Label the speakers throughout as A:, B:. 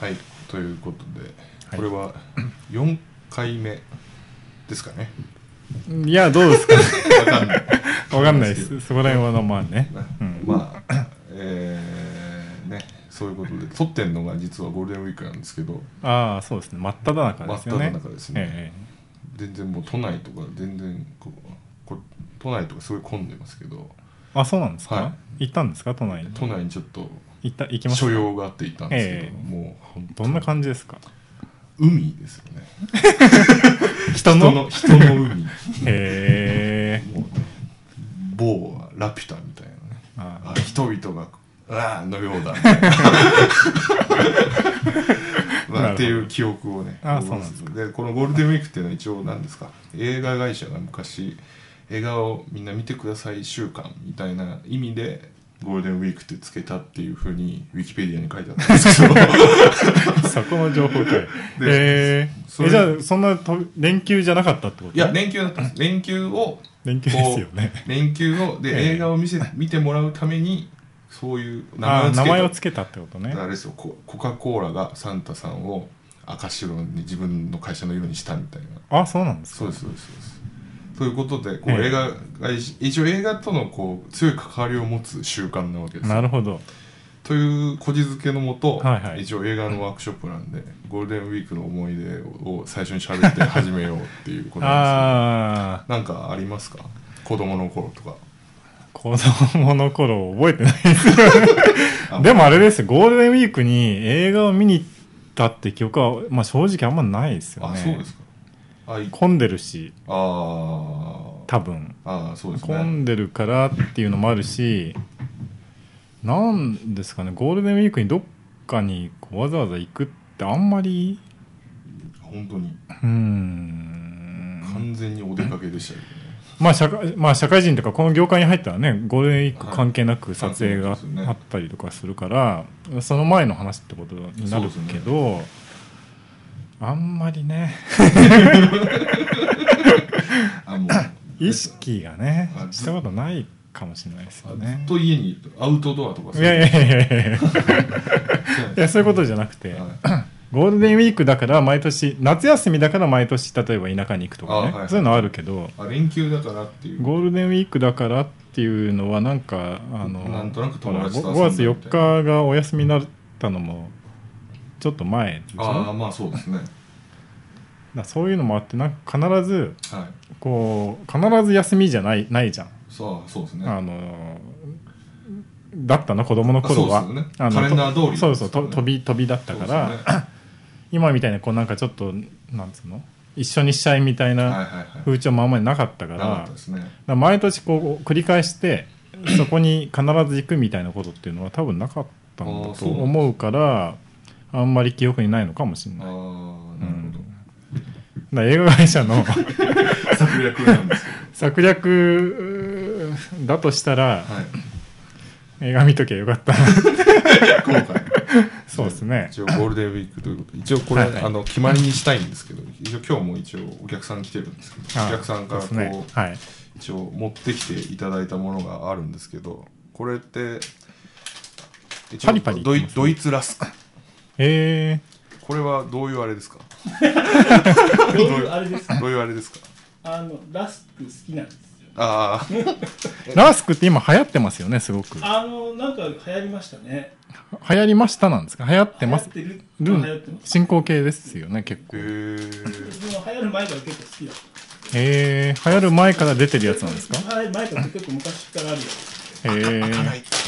A: はいということでこれ は4回目ですかね
B: いや、どうですか
A: わかんない
B: わかんないです。そこら辺はまあね。うん
A: まあえー、ねそういうことで撮ってんのが実はゴールデンウィークなんですけど
B: ああ、そうですね。真っ只中ですよね。
A: 真っ只中ですね
B: え
A: 全然もう都内とか全然こうこ都内とかすごい混んでますけど
B: えあ、そうなんですか、
A: は
B: 行ったんですか都内に。
A: 都内にちょっと
B: 行った、行きました
A: 所用があっていたんですけど、
B: ええ
A: もう本当
B: どんな感じですか
A: 海ですよね
B: 人の
A: 人の人の 海
B: へえ。
A: もう某ラピュタみたいなね
B: あ
A: あ人々が「ああのよう だ」みたいなま
B: なるほ
A: あ、
B: ど
A: っていう記憶をね
B: あそうなんです
A: でこのゴールデンウィークっていうのは一応何ですか映画会社が昔映画をみんな見てください週間みたいな意味でゴールデンウィークってつけたっていうふうにウィキペディアに書いてあったんですけ ど
B: あそこの情報かい。え
A: そ
B: え。
A: れ
B: え、じゃあ、そんなと連休じゃなかったってこと
A: いや連休だったんです連休を
B: 連休ですよね
A: こう連休をで、
B: ええ
A: 映画を見せ見てもらうためにそういう
B: ああ名前を
A: つけた
B: つけたってことね
A: あ。れですよココカ・コーラがサンタさんを赤白に自分の会社の色にしたみたいな
B: あ、そうなんですか
A: そうですそうですそうですということでこう
B: ええ
A: 映画が、一応映画とのこう強い関わりを持つ習慣なわけですよ
B: なるほど。
A: というこじづけのもと、
B: はいはい
A: 一応映画のワークショップなんで、ゴールデンウィークの思い出を最初に喋って始めようっていうことなんで
B: ああ
A: す、なんかありますか子供の頃とか
B: 子供の頃覚えてないですよ
A: あ
B: ね。でもあれですよゴールデンウィークに映画を見に行ったって記憶は、まあ正直あんまないですよ
A: あ
B: ね。
A: そうですかあい
B: 混んでるし、
A: あー
B: 多分。
A: あーそうですね
B: 混んでるからっていうのもあるし、なんですかね、ゴールデンウィークにどっかにこうわざわざ行くってあんまり、
A: 本当に
B: うーん。
A: 完全にお出かけでしたけどね、
B: まあ社会まあ、社会人とかこの業界に入ったらねゴールデンウィーク関係なく撮影
A: は
B: が
A: いそうですね
B: あったりとかするから、その前の話ってことになるけど、あんまりね
A: あもう
B: 意識がね
A: あず
B: したことないかもしれないです
A: あ
B: よ
A: ず
B: ね
A: っ。と家にいるとアウトドアとか
B: いやいやいやいやいやいやそういうこと
A: じ
B: じゃなくて、
A: はい
B: ゴールデンウィークだから毎年夏休みだから毎年例えば田舎に行くとかね、
A: あはい
B: そういうのはあるけど
A: あ連休だからっていう
B: ゴールデンウィークだからっていうのはなんかあの
A: なんとなく
B: ほら
A: 友達と遊んだみ
B: 5, 月
A: たいな
B: 4日がお休みになったのもちょっと前でしょだ
A: ああ
B: か
A: まあそうですね
B: らそういうのもあってなんか必ず
A: はい
B: こう必ず休みじゃないないじゃん、
A: そうそうですね
B: あのだったの子供の頃は
A: あそうですよね
B: あの
A: カレンダー通りですよ
B: そう
A: ね
B: そうと飛び飛びだったから、
A: そうですよね
B: 今みたいなこうなんかちょっとなんつうの一緒にしちゃいみた
A: は
B: い
A: い
B: な
A: はいはい
B: 風潮もあんまりなかったか
A: な
B: ら、
A: かったですね
B: だから毎年こう繰り返してそこに必ず行くみたいなことっていうのは多分なかったん
A: あ
B: だ
A: ー
B: と
A: そうなんです
B: 思うからあんまり記憶にないのかもしれ
A: ああ
B: な
A: な
B: いだか
A: る
B: ら映画会社の
A: ほ ど策略なんですけ
B: 策略うーだとしたら
A: どはい
B: 映画見ときゃよか ったな
A: 今回
B: そうですね
A: 一応ゴールデンウィークということで一応これ、
B: はいはい
A: あの決まりにしたいんですけど一応今日も一応お客さん来てるんですけど
B: あー
A: お客さんからこ
B: そううですねはい
A: 一応持ってきていただいたものがあるんですけどこれって一応
B: パリパリ
A: ドイ
B: いきますね
A: ドイツラスク
B: え
A: これはどういうあれですか
C: どういうあれですか
A: どういうあれですか
C: あのラスク好きなんですよ
A: ああ
B: ー、ラスクって今流行ってますよねすごく流
C: あのなんか流行りましたね
B: 行りましたなんですか流行ってます
C: 流行って
B: る
C: る
B: ん
C: 流行ってます
B: 進行形ですよね結構
A: へ
B: へ
A: え
C: 僕も流行る前から結構好きだった
B: えー、流行る前から出てるやつなんですか
C: はい前から結構昔からあるよ
B: へえー、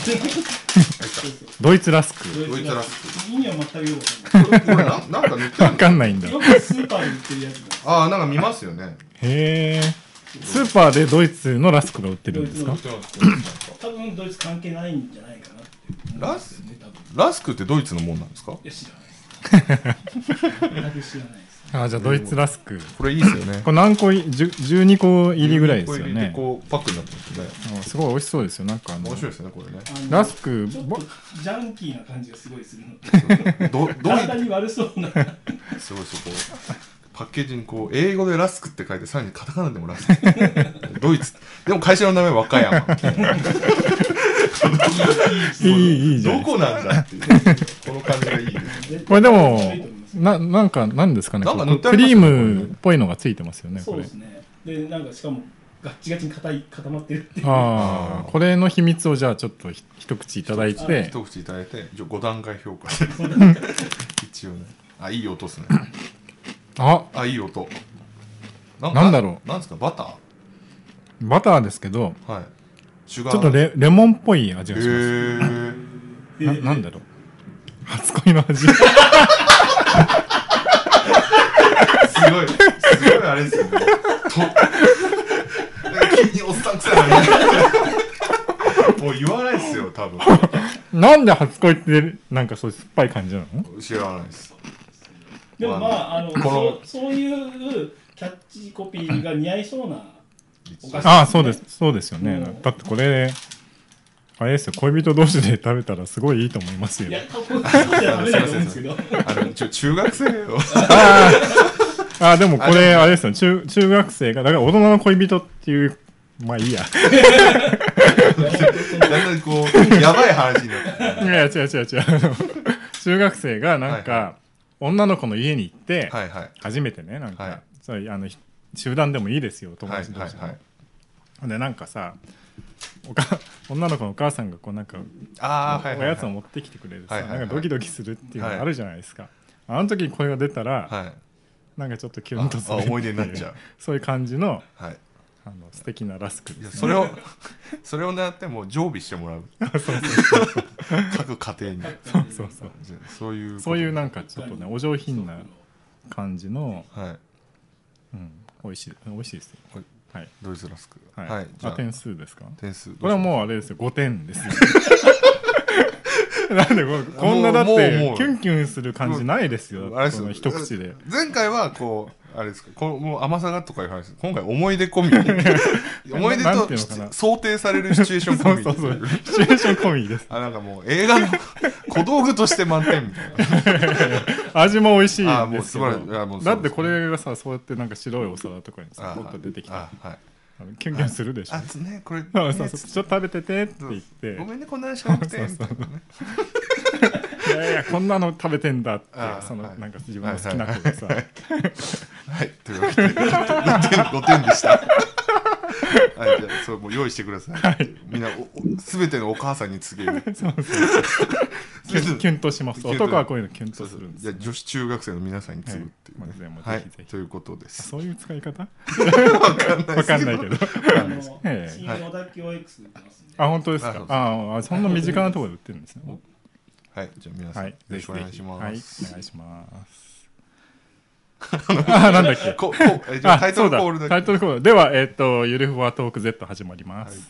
C: そうそう
B: ドイツラスク
A: ドイツラス
C: ク意味は全くよくわ
A: これこれななんか似て
B: わ
A: る
B: かんないんだ
C: かんないよくスーパーに売ってるやつなんで
A: ああなんか見ますよね
B: へえスーパーでドイツのラスクが売ってるんですか
C: ドイ
A: 似てますねなんか
C: す多分ドイツ関係ないんじゃないかなって思うんですよね多分
A: ラスクってドイツのもんなんですか
C: いや知らないです全く知らないです
B: あじゃあドイツラスク
A: これいいですよね
B: これ何個いじゅ12個入りぐらいですよね
A: こうパックになってますね
B: あすごい美味しそうですよなんかあの
A: 面白いですねこれね
C: あの
B: ラスク
C: ちょっ
B: ぼ
C: とジャンキーな感じがすごいするの
A: どどうい
C: 体に悪そうな
A: すごいそこパッケージにこう英語でラスクって書いてさらにカタカナでもラスク ドイツでも会社の名前和歌山
B: いいいいじゃ
A: ど
B: ん
A: こなんだっていうこの感じが いいですね
B: これでも
C: いいと思います
B: ななんか何ですかね
A: なんか塗ってあ
B: ク
A: りますよ
B: リームっぽいのがついてますよね
C: そう
B: これ
C: ですねでなんかしかもガッチガチに固い固まってるっていう
B: ああこれの秘密をじゃあちょっとひ一口いただいて
A: 一口いただいて一応5段階 評価で一応ねあいい音ですね
B: あ
A: あいい音な
B: なんだろ
A: うなんですかバタ
B: バターですけど
A: ーはいシュガー
B: ちょっとレレモンっぽい味
A: へ
B: がします、
A: ー
B: ななんだろう初恋の味
A: すごい、すごいあれですよね。と、 なんか急におっさんくさいな もう言わないですよ、多分。
B: なんで初恋ってなんかそういう酸っぱい感じなの
A: 知らないです。
C: でもまああの
A: この
C: そうそういうキャッチコピーが似合いそうなお菓子
B: ああそうですそうですよね、
C: うん
B: だってこれあれですよ恋人同士で食べたらすごいいいと思いますよ
C: いや多分食べないと思うんですけど
A: あの、ちょ、中学生 よ。
B: ああでもこ
A: あ
B: れあれですよ中中学生がだから大人の恋人っていうまあいいや
A: だんだんこう、 やばい話になって
B: いや違う違う違うあの中学生がなんか、
A: は
B: 女の子の家に行って、
A: はいはい。
B: 初めてねなんか、
A: はい
B: そうあのひ集団でもいいですよ友
A: はい
B: 達同
A: はい
B: 士で、
A: はい。
B: でなんかさおか 女の子のお母さんがこうなんか
A: ああ、はい
B: お
A: はい。
B: やつを持ってきてくれるさ、
A: はいはいはい
B: なんかドキドキするっていうのがあるじゃないですか、あの時に声が出たら、
A: はい。
B: なんかちょっとキュンとす
A: あ
B: る
A: あ、
B: っていう
A: 思い出になっちゃう。
B: そういう感じの
A: はい。
B: あの素敵なラス
A: い
B: クで
A: や
B: す、
A: そ れを、それを狙っても常備してもらう。各家庭に。
B: そうそうそう
A: じゃあそういうこと。
B: そういうなんかちょっとねお上品な感じの、
A: はい。
B: うん、美味しい美味しいですよ
A: はい
B: はい、
A: ドイツラスク。
B: はい
A: はい。じ
B: あ
A: ゃあ、
B: 点数ですか
A: 点数。
B: これはもうあれですよ5点ですよ なんでこうこんなだっ
A: もうもう
B: て
A: もう
B: キュンキュンする感じないですよ
A: あれです
B: こんな一口で
A: 前回はこうあれですかこうもう甘さがとかいう話です今回思い出込み 思い出
B: なん
A: と
B: ていうの
A: シ
B: か
A: チ
B: な
A: ュ想定されるシチュエーション
B: そ
A: 込
B: う
A: み
B: そうそうシチュエーション込みです
A: あなんかもう映画の小道具として満点み たいな
B: 味も美味しい
A: あ
B: ん
A: も
B: で
A: う
B: すけ
A: 素晴らしいあも
B: ど
A: うそうです
B: だ
A: ね
B: ってこれがさそうやってなんか白いお皿とかにさポッと出てきたら
A: あはい
B: あのキュンキュンするでしょ
A: あつねこれ、ね、
B: そうそうそうちょっと食べててって言って
A: ごめんねこんな話しなくてみたいなね
B: いやいやこんなの食べてんだって
A: あ
B: その
A: はい
B: なんか自分の好きな子がさ
A: はいというわけで5点5点でしたはいじゃあそれもう用意してください、みんなおお全てのお母さんに告げる
B: そうそうキュンキュンとします
A: キュンと
B: 男はこういうのキュン
A: そ
B: と
A: う
B: す
A: そう
B: るんです
A: じゃ
B: よ
A: あ女子中学生の皆さんに次ぐっていう、
B: はいまあでも
A: はい
B: ぜひぜひ
A: ということです
B: そういう使い方
A: わかんない
B: わかんない けど
C: あの
B: ええ
C: 新小田急 OX 出ますんで
B: あ本当です
A: あそうそう
B: かああそんな身近なところで売ってるんですね
A: はいじゃあ皆さん、
B: はい
A: よろしくお願いしま
B: はい
A: す、
B: お願いします あなんだっけ
A: ここえじゃあタイトルコール
B: そうだ
A: だ
B: タ
A: け
B: イトルコールではえっ、とゆるふわトーク Z 始まります、
A: はい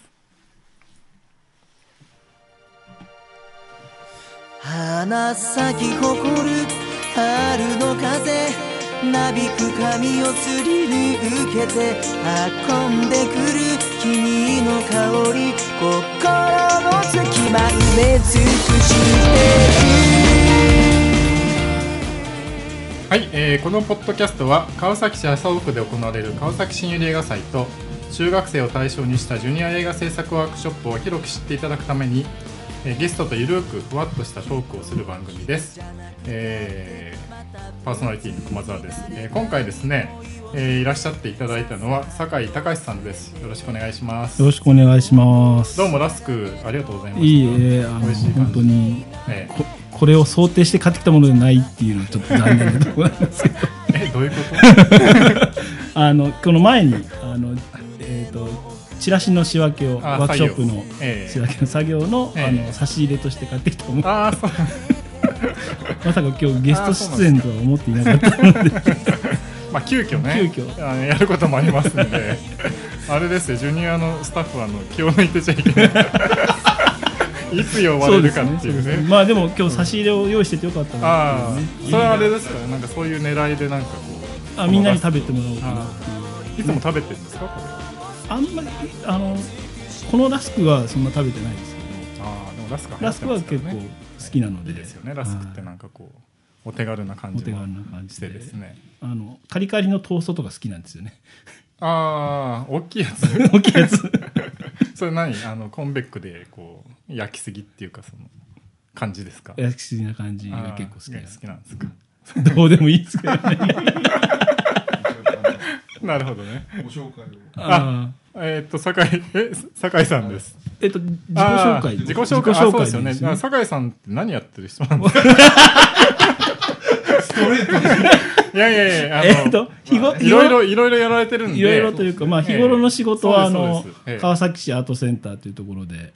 D: 花咲き誇る春の風なびく髪をすり抜けて運んでくる君の香り心の隙間埋め尽くしてゆく
B: はい、えーこのポッドキャストは川崎市麻生区で行われる川崎新入映画祭と中学生を対象にしたジュニア映画制作ワークショップを広く知っていただくために、えーゲストとゆるくふわっとしたトークをする番組です、えーパーソナリティの駒澤です、えー今回ですね、えーいらっしゃっていただいたのは酒井隆さんですよろしくお願いします
E: よろしくお願いします。
B: どうもラスクありがとうございました
E: いいえ、あの
B: 美味しい感じ
E: 本当に
B: えー
E: ここれを想定して買ってきたものでないっていうのはちょっと残念なところなんですけど、
B: えどういうこと
E: あのこの前にあのえっ、とチラシの仕分けを
B: あ
E: ワークショップの
B: 作業ええ
E: 仕分けの作業の、
B: ええ
E: あの差し入れとして買ってきたもの、
B: ああそう
E: まさか今日ゲスト出演とは思っていなかったので、
B: まあ、急遽ね
E: 急遽
B: あのやることもありますの であれですよジュニアのスタッフはあの気を抜いてちゃいけ ないいつ呼ば
E: そ
B: れ
E: うで
B: る
E: す
B: か
E: ね。
B: って
E: そ
B: いうう
E: ですね
B: ね
E: まあでも今日差し入れを用意しててよかったなっ
B: あ
E: てい
B: あ
E: うね。
B: それはあれですからなんかそういう狙いでなんかこう
E: あみんなに食べてもらおうかな
B: あ。ーいつも食べてるんですかこれ
E: あんまりあのこのラスクはそんな食べてないですけど。
B: あーでもラスク流行ってま
E: ラス
B: すか
E: ク
B: ら
E: は
B: ね
E: 結構好きなので、
B: いいですよねラスクってなんかこうお手軽な感
E: お
B: じ
E: 手
B: の
E: 軽な感じ
B: して
E: で
B: ですね
E: あのカリカリのトーストとか好きなんですよね。
B: ああ大きいやつ
E: 大き いやつ。
B: それ何あのコンベックでこう焼きすぎっていうかその感じですか
E: 不思議な感じが結構好き
B: あ
E: な
B: ー好きなんですか
E: どうでもいいですけどね
B: なるほどね
A: ご紹介を
E: あー
B: えーっと酒井え酒井さんです
E: えっと自己紹介
B: あー自己紹介あそうですよね
E: 自己紹介
B: あ酒井さんって何やってる人なんですか
A: ストレートに
B: いやいやいやあの、
E: えっと日ご
B: いろいろいろいろやられてるんで
E: いろいろというか、まあ、
B: ええ
E: 日頃の仕事は、あ
B: そうです
E: の
B: そうですええ
E: 川崎市アートセンターというところで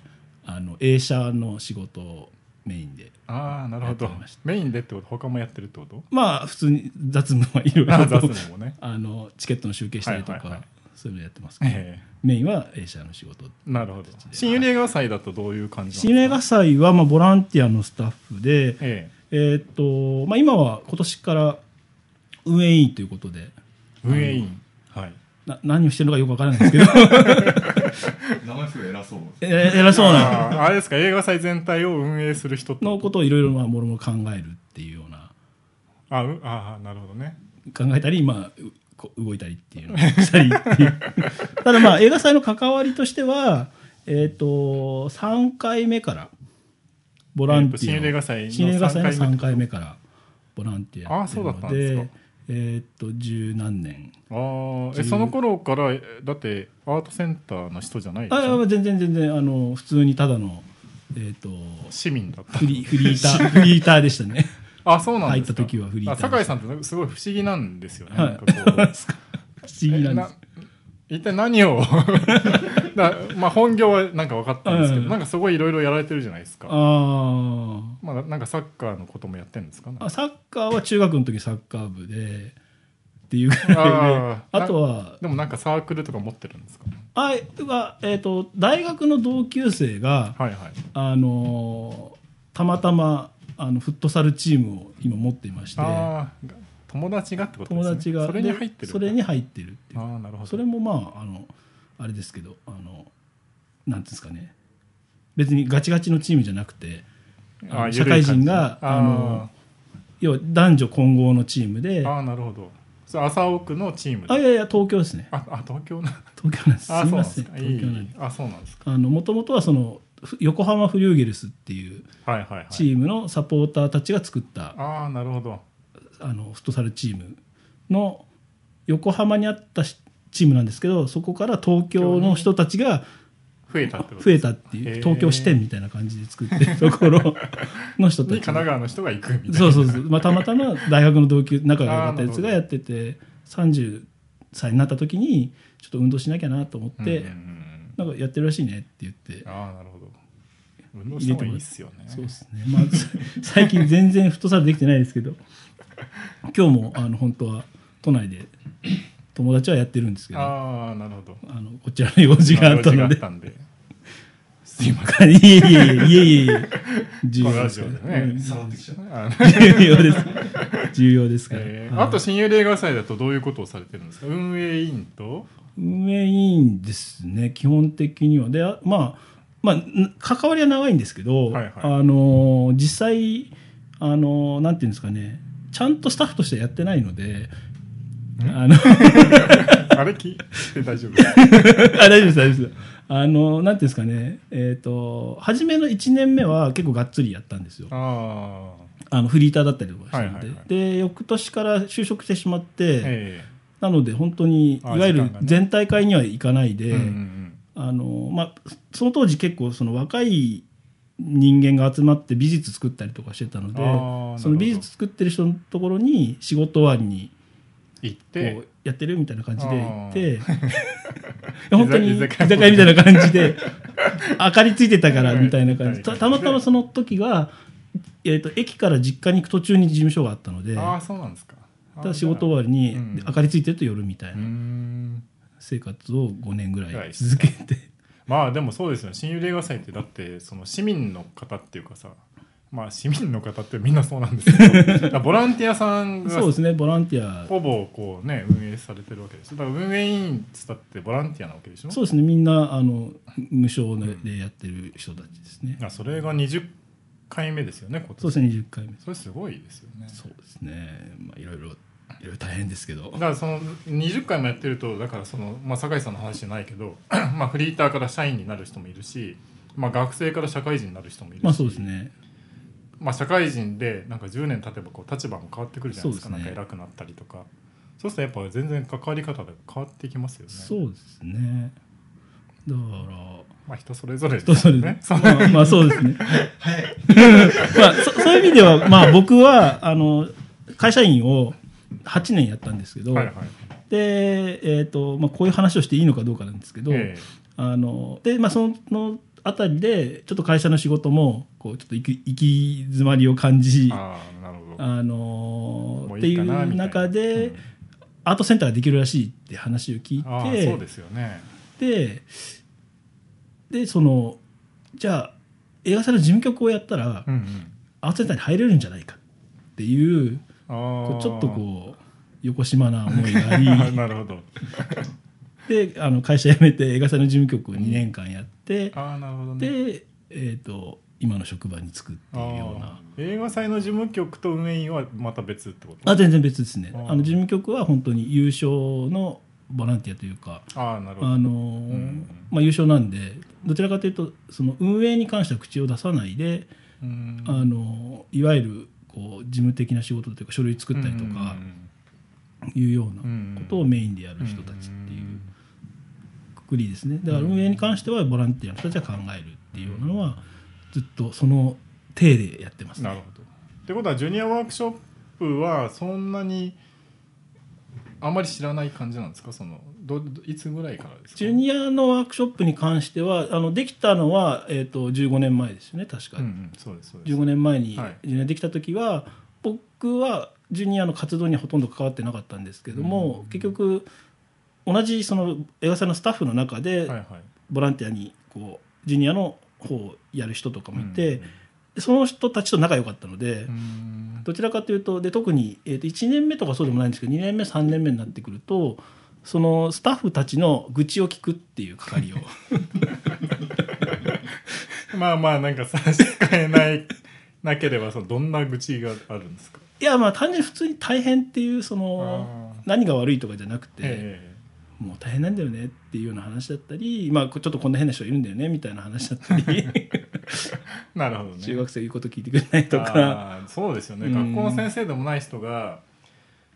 E: あの映写の仕事をメインで
B: ああなるほど
E: やってました
B: メインでってこと他もやってるってこと
E: まあ普通に雑務はいろい
B: あ
E: ろ
B: ー雑
E: と
B: 務もね
E: あのチケットの集計したりと
B: はいはいは
E: か
B: い
E: そういうのやってますけど
B: え
E: メインは映写の仕事
B: えなるほど新百合映画祭だとどういう感じ
E: 新
B: なん
E: 映
B: ですか
E: 画祭はまあボランティアのスタッフで、
B: え
E: えーっとまあ、今は今年から運営委員ということで
B: え運営委員はい
E: な何をしてるのかよくわからないんですけど
A: 名前すごい偉そう
E: え偉そうな
B: あーあれですか映画祭全体を運営する人って
E: のことをいろいろまあもろもろ考えるっていうような
B: あうあーなるほどね
E: 考えたり、まあ、うこう動いたりっていうのをしたりっていう ただまあ映画祭の関わりとしてはえっ、と3回目からボランティアを、
B: えーと新映画祭の
E: 新映画祭の
B: 3回目
E: 3回目からボランティアやって
B: あそ
E: る
B: うだっ
E: の
B: たんですか
E: えっ、と十何年
B: ああえその頃からえだってアートセンターの人じゃないでし
E: あい
B: ょ
E: や全然全然あの普通にただのえっ、と
B: 市民だった
E: フリーフリータ ーフリーターでしたね
B: あそうなんですか
E: 入った時はフリーター
B: あ酒井さんってすごい不思議なんですよね、
E: は
B: な
E: い
B: んかこう
E: 不思議なんです
B: えな一体何を だまあ本業はなんか分かったんですけど、
E: うん
B: なんかすごいいろいろやられてるじゃないですか
E: ああ
B: まあ、なんかサッカーのこともやってるんですかね
E: あサッカーは中学の時サッカー部でっていうぐらいで
B: あ
E: あ
B: ー
E: とは
B: でもなんかサークルとか持ってるんですか
E: あは、えー、と大学の同級生が、
B: はいはい
E: あのーたまたまあのフットサルチームを今持っていまして
B: ああ友達がってことで
E: 友
B: すね
E: 達が
B: それに入って
E: で
B: る
E: それに入ってるっていう
B: ああなるほど
E: それもまああのあれですけどあのなんていうんですかね別にガチガチのチームじゃなくて
B: ああ
E: 社会
B: 緩い感
E: 人が
B: じ
E: あの要は男女混合のチーム
B: あ
E: で
B: ーあ
E: あ
B: ーなるほどそう朝奥のチームで
E: いやいや東京ですね
B: ああ東京の
E: 東京なんです
B: あ
E: す
B: ーそうなん
E: みま
B: で
E: せ
B: す
E: ん
B: か
E: 東京なん
B: いい
E: です
B: あそうなんですか
E: あのもともとはそのふ横浜フリューゲルスっていう
B: はいはいはい
E: チームのサポーターたちが作った
B: ああなるほど
E: あのフットサルチームの横浜にあったしチームなんですけどそこから東京の人たちが
B: 増えたってこと
E: 増えたっていう
B: へー
E: 東京支店みたいな感じで作ってる ところの人
B: に
E: た
B: 神
E: ち
B: 奈川の人が行くみたいな
E: そうそうそう、まあ、たまたま大学の同級仲が良かったやつがやってて30歳になった時にちょっと運動しなきゃなと思って、
B: うんうんうん
E: なんかやってるらしいねって言って
B: ああなるほど運動した方がいいっすよね
E: そうですね。まあ、 つ最近全然太さできてないですけど、今日も、あの、本当は、都内で、友達はやってるんですけど、あ
B: ああなるほど
E: の、こちらの用事があったの
B: 用事
E: で
B: があ、んで
E: すいません。いえいえいえいえいえ、重
B: この
E: 要
B: ラ
E: で
B: ジ
E: す
B: オ
E: か
B: で
E: ら。うん
B: ね
A: さらってきちゃう
B: あの
E: 重要です。重要ですから。
B: え
E: は
B: ー
E: い
B: あと、新遊映画祭だとどういうことをされてるんですか運営委員 と
E: 運営委員ですね、基本的には。で、あまあ、まあ、ん関わりは長いんですけど、
B: はいはい
E: あのー実際、あのーなんていうんですかね、ちゃんとスタッフとしてやってないので、あの
B: あれ聞いて大丈夫です
E: あ大丈夫です、大丈夫です。あの、なんていうんですかね、えっ、と、初めの1年目は結構がっつりやったんですよ。
B: ああ
E: あの、フリーターだったりとかしてるので。
B: はいはいはい
E: で、翌年から就職してしまって、
B: え
E: なので本当に、い
B: あ
E: わゆ
B: 時
E: る
B: 間がね
E: 全体会には行かないで、
B: えうんうんうん
E: あの、まあ、その当時結構その若い人間が集まって美術作ったりとかしてたの
B: あーなるほど
E: で、その美術作ってる人のところに仕事終わりに、
B: 行っ
E: こ
B: て
E: うやってるみたいな感じで行って、い
B: あー
E: や本当に
B: 居
E: 居
B: 酒
E: 酒
B: 屋
E: 屋みたいな感じで、明かりついてたからみたいな感じ。
B: うん
E: たたまたまその時が、えっ、と、駅から実家に行く途中に事務所があったので、
B: あ
E: た
B: あそうなんですかあー
E: だ仕事終わりに
B: うん
E: 明かりついてると夜みたいう
B: ー
E: なん生活を5年ぐ
B: は
E: ら
B: い
E: い続けて、
B: まあでもそうですよ新遊映画祭ってだってその市民の方っていうかさまあ市民の方ってみんなそうなんです けどだからボランティアさんが
E: そうですね、ボランティア、
B: ほぼこうね運営されてるわけですだから運営委員っつったってボランティアなわけでしょ
E: そうですね、みんな、あの、無償ででやってる人たちですね。
B: あそれが20回目ですよね今年
E: そうですね、20回目。
B: それすごいですよね
E: そうですね、まあ、いろいろ、いろいろ大変ですけど
B: だ。からその20回もやってるとだからその、まあ、酒井さんの話じゃないけど まあフリーターから社員になる人もいるし、まあ、学生から社会人になる人もいるし、
E: まあそうですね。
B: まあ、社会人でなんか10年経てばこう立場も変わってくるじゃないですか
E: そうです
B: な
E: ね
B: んか偉くなったりとかそうするとやっぱ全然関わり方が変わってきますよね
E: そうですねだから
B: まあ人 それぞれ
E: 人
B: です
E: そ
B: よ
E: れぞ
B: ね
E: れ まあ、まあそうですね。
A: はい
E: まあそそういう意味では、まあ、僕はあの会社員を8年やったんですけど、
B: はいはい
E: でえーとまあ、こういう話をしていいのかどうかなんですけど、
B: え
E: あのでまあ、そのあたりでちょっと会社の仕事もこうちょっと行き行き詰まりを感
B: え
E: じあ
B: ああなるほど
E: の
B: も
E: っ
B: う
E: て
B: い
E: い
B: いかな
E: う
B: みたいな
E: 中で、
B: うん
E: アートセンターができるらしいって話を聞い
B: ああ
E: て
B: そうですよね
E: ででそのじゃあ映画祭の事務局をやったら、
B: うんうん
E: アートセンターに入れるんじゃないかっていう
B: あ
E: こ
B: あ
E: うちょっとこう横島な思いが あり
B: なるほど
E: であの会社辞めて映画祭の事務局を2年間やって、
B: ああなるほどね
E: で、えー、と今の職場に就くって
B: あ
E: いうような
B: あ映画祭の事務局と運営員はまた別ってこと
E: あ全然別ですね
B: あー
E: あの事務局は本当に優勝のボランティアというか、
B: ああなるほど
E: あのー
B: ん
E: まあ、優勝なんでどちらかというとその運営に関しては口を出さないで、
B: うん
E: あのーいわゆるこう事務的な仕事というか書類作ったりとかいうようなことをメインでやる人たちっていう。くくりですねだから運営に関してはボランティアの人たちが考えるっていうようなのはずっとその体でやってます、
B: なるほど。ってことはジュニアワークショップはそんなにあまり知らない感じなんですかそのどどいつぐらいからですか
E: ジュニアのワークショップに関してはあのできたのは、えー、と15年前ですよね確か、
B: うんうん、そうですそうです
E: 15年前に
B: はい
E: ジュニアできた時は、僕はジュニアの活動にはほとんど関わってなかったんですけども、結局同じその映画祭のスタッフの中で
B: はいはい
E: ボランティアにこうジュニアの方をやる人とかもいて、
B: うん
E: でその人たちと仲良かったので、
B: うん
E: どちらかというとで特に、えー、と1年目とかそうでもないんですけど2年目3年目になってくるとそのスタッフたちの愚痴を聞くっていう係を
B: まあまあなんか差し支えないなければそのどんな愚痴があるんですか
E: いやまあ単純に普通に大変っていうその
B: あ
E: 何が悪いとかじゃなくて、
B: え
E: もう大変なんだよねっていうような話だったり、まあ、こちょっとこんな変な人いるんだよねみたいな話だった り
B: えなるほどね
E: 中学生言うこと聞いてくれないとか。
B: あーそうですよね、
E: うん
B: 学校の先生でもない人が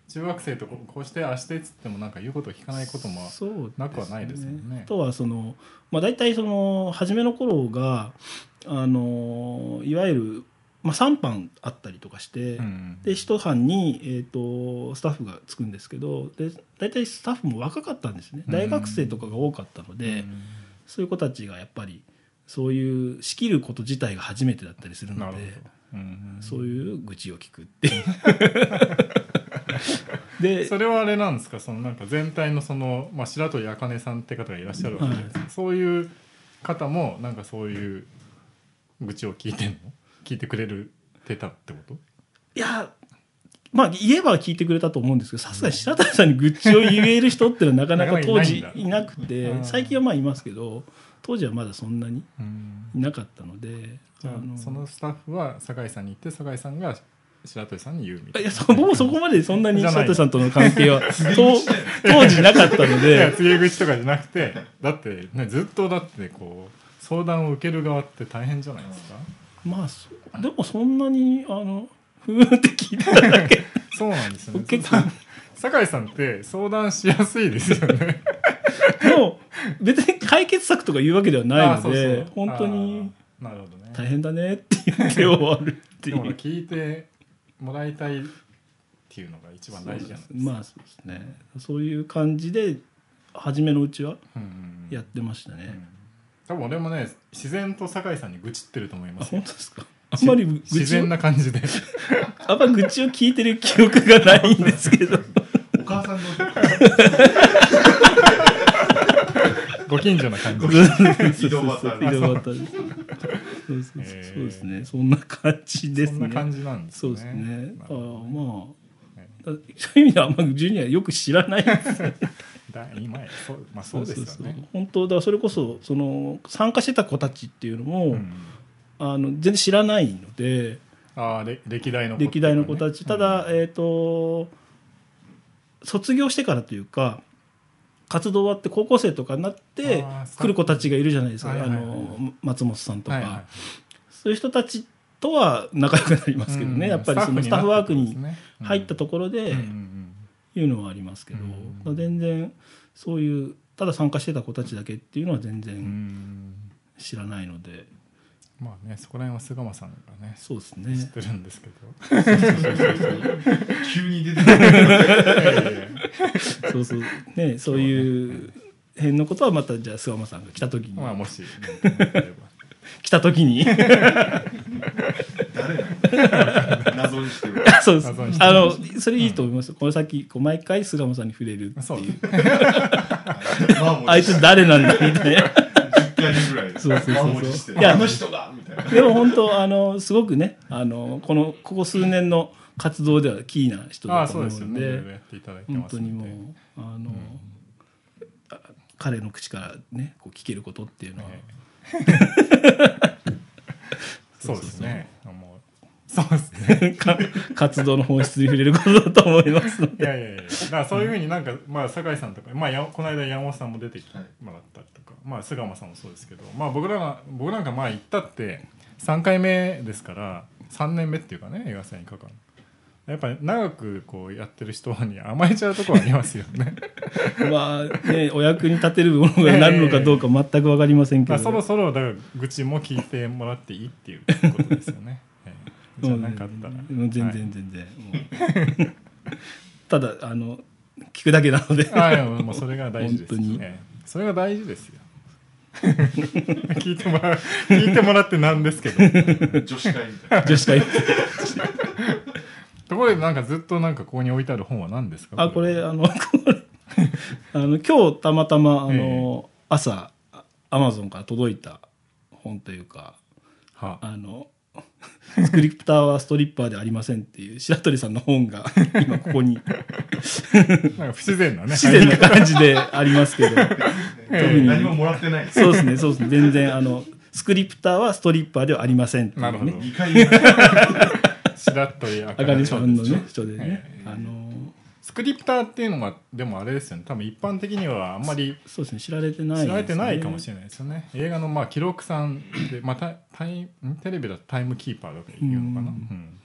B: 中学生とここうしてああしてっつってもなんか言うことを聞かないことも
E: そうですね
B: なくはないですもんね
E: あとはその、まあ、大体その初めの頃があのいわゆる、まあ、3班あったりとかして、
B: うん
E: で1班に、えー、とスタッフがつくんですけどで大体スタッフも若かったんですね
B: うん
E: 大学生とかが多かったので、
B: うん
E: そういう子たちがやっぱりそういう仕切ること自体が初めてだったりする
B: な
E: の
B: る
E: で
B: ほど、うん
E: そういう愚痴を聞くっていう で
B: それはあれなんですかそのなんか全体のその、まあ、白鳥茜さんって方がいらっしゃるわけじゃないですか、そういう方もなんかそういう愚痴を聞いてんの聞いてくれるてたってこと
E: いや、まあ言えば聞いてくれたと思うんですけど、さすがに白谷さんに愚痴を言える人ってのはなかなか
B: なかな
E: 当
B: かいないん
E: 時
B: だ
E: いなく
B: う
E: て、
B: ん
E: 最近はまあいますけど、当時はまだそんなにいなかったので、
B: じゃあ
E: あの
B: そのスタッフは酒井さんに行って酒井さんが白鳥さんに言うみたい
E: い
B: な
E: や、そ僕もそこまでそんなに
B: じゃない
E: 白谷さんとの関 係は、当当時なかったの
B: いや
E: で、
B: 告げ口とかじゃなくてだって、ね、ずっとだってこう相談を受ける側って大変じゃないですか
E: まあ、そうでもそんなに、あの、ふーんって聞いてただけ。
B: そうなんですよね
E: 結構
B: 酒井さんって相談しやすいですよね
E: でも、別に解決策とか言うわけではな
B: あ
E: い
B: そ
E: の
B: うそう
E: で、本当に
B: あーなるほどね
E: 大変だねって言って終わるってい
B: でもほら
E: う。
B: 聞いてもらいたいっていうのが一番大事じゃないですか、
E: まあそうですねそういう感じで初めのうちは
B: うんうんうん
E: やってましたね、
B: 多分俺もね自然と酒井さんに愚痴ってると思いま
E: あ
B: すよ
E: 本当ですかあんまり愚
B: し自
E: 痴を
B: 然な感 じで
E: あんま愚痴を聞いてる記憶がないんで すけど
A: お母さんの
B: ご近所な感じ
E: そう
B: で
E: そうそう
A: 井戸端
E: 井戸端ですそうそうそう
B: へー
E: そうですねそんな感じです
B: そ
E: ね
B: んな感じなんです
E: そ
B: ね
E: うですね
B: な
E: あ
B: るほ
E: あ
B: どね
E: ま
B: い
E: あだそういう意味ではあんまジュニアよく知らないです
B: だ今やそう,、まあ、 そうですよね
E: そうそうそう本当だからそれこそその参加してた子たちっていうのも、
B: うん
E: あの全然知らないので
B: ああれ歴代の子
E: 歴代の子たち、ただ、
B: うん
E: えっ、と卒業してからというか活動終わって高校生とかになって
B: あー
E: 来る子たちがいるじゃないですか、
B: はいはいはい
E: あの松本さんとか、
B: はいはい
E: そういう人たちとは仲良くなりますけどね、やっぱりそのスタッフワークに入った
B: と
E: ところでいうのはありますけど、
B: うん
E: まあ全然そういうただ参加してた子たちだけっていうのは全然知らないので、
B: まあねそこら辺は菅間さんがね
E: そうです
B: 知っ
E: ね
B: てるんですけど
A: 急に出てくる
E: そうそうねそういう辺のことはまたじゃあ菅間さんが来た時 に、
B: まあもしなんかねあれば
E: 来た 時に
A: 誰なの謎にしてる
E: そうです
B: 謎にして
E: あのそれいいと思います、この先こう毎回菅間さんに触れる
B: そう
A: まあもう
E: あいつ誰なんだみたいな
A: 10回ぐらい
E: そうそうそうそう
A: まあもして
E: いや
A: あの人がみたいな
E: でも本当あのすごくねあのこのここ数年の活動ではキーな人
B: あ
E: だ
B: あ
E: と
B: そう
E: 思う
B: ですよ
E: の
B: ね
E: で
B: いろいろやっていただいて
E: 本
B: ま
E: 当
B: す
E: に
B: ん
E: もう
B: で
E: あの、あ彼の口からねこう聞けることっていうのは、
B: ね そうですねもうそうですね
E: か活動の本質に触れることだと思いますの
B: い
E: で
B: やいやいやだからそういうふうになんか、まあ、酒井さんとか、まあ、やこの間山本さんも出てきてもらったりとか、まあ、菅間さんもそうですけど、まあ、僕らが僕なんかまあ行ったって3回目ですから3年目っていうかね映画祭にかかるやっぱり長くこうやってる人に甘えちゃうところはありますよね
E: まあねお役に立てるものがなるのかどうか全く分かりませんけ
B: まあ
E: ど、
B: そろそろだから愚痴も聞いてもらっていいっていうことですよね、ええじゃあ何かあったら
E: うん全
B: はい
E: 然全然、もうただあの聞くだけなので
B: あいやもうそれが大事です、
E: 本当に
B: ええそれが大事ですよ 聞いてもらう聞いてもらってなんですけど
A: 女子会みたいな
E: 女子会って
B: ところでなんかずっとなんかここに置いてある本は何ですか
E: あこれあのこれあの今日たまたまあの、朝アマゾンから届いた本というか
B: は
E: あの「スクリプターはストリッパーではありません」っていう白鳥さんの本が今ここに
B: なんか不自然なね
E: 不自然な感じでありますけど特に
A: 何ももらってないです
E: そうですねそうですね全然あのスクリプターはストリッパーではありませんって い
B: なる
E: う
B: ほど
E: ね
A: 2回言うな
B: しらっという
E: あかりさんのね
B: ね
E: 人でねあの
B: スクリプターっていうのがでもあれですよね多分一般的にはあんまり
E: そうですね知られてないです
B: 知
E: ね
B: られてないかもしれないですよね映画のまあ記録さんで、まあ、タイタイんテレビだとタイムキーパーとか言うのかな、う
E: う
B: ん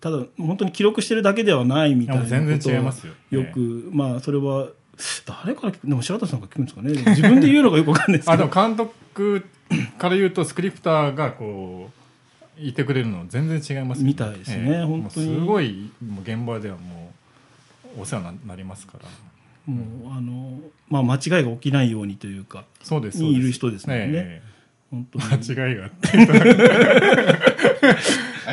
E: ただ本当に記録してるだけではないみたいな
B: あ全
E: ことを
B: 然違いますよ
E: よく、まあそれは誰から聞くでも白田さんから聞くんですかねで も自分で言うのがよくわかんないです
B: あ
E: け
B: で
E: ど
B: も監督から言うとスクリプターがこういてくれるの全然違いますよ
E: みたいですね本当に
B: もうすごいもう現場ではもうお世話になりますから
E: もうあの、まあ、間違いが起きないようにというか
B: そうです
E: にいる人ですもんね
B: え
E: 本当
B: え
E: に
B: 間違いがあっていう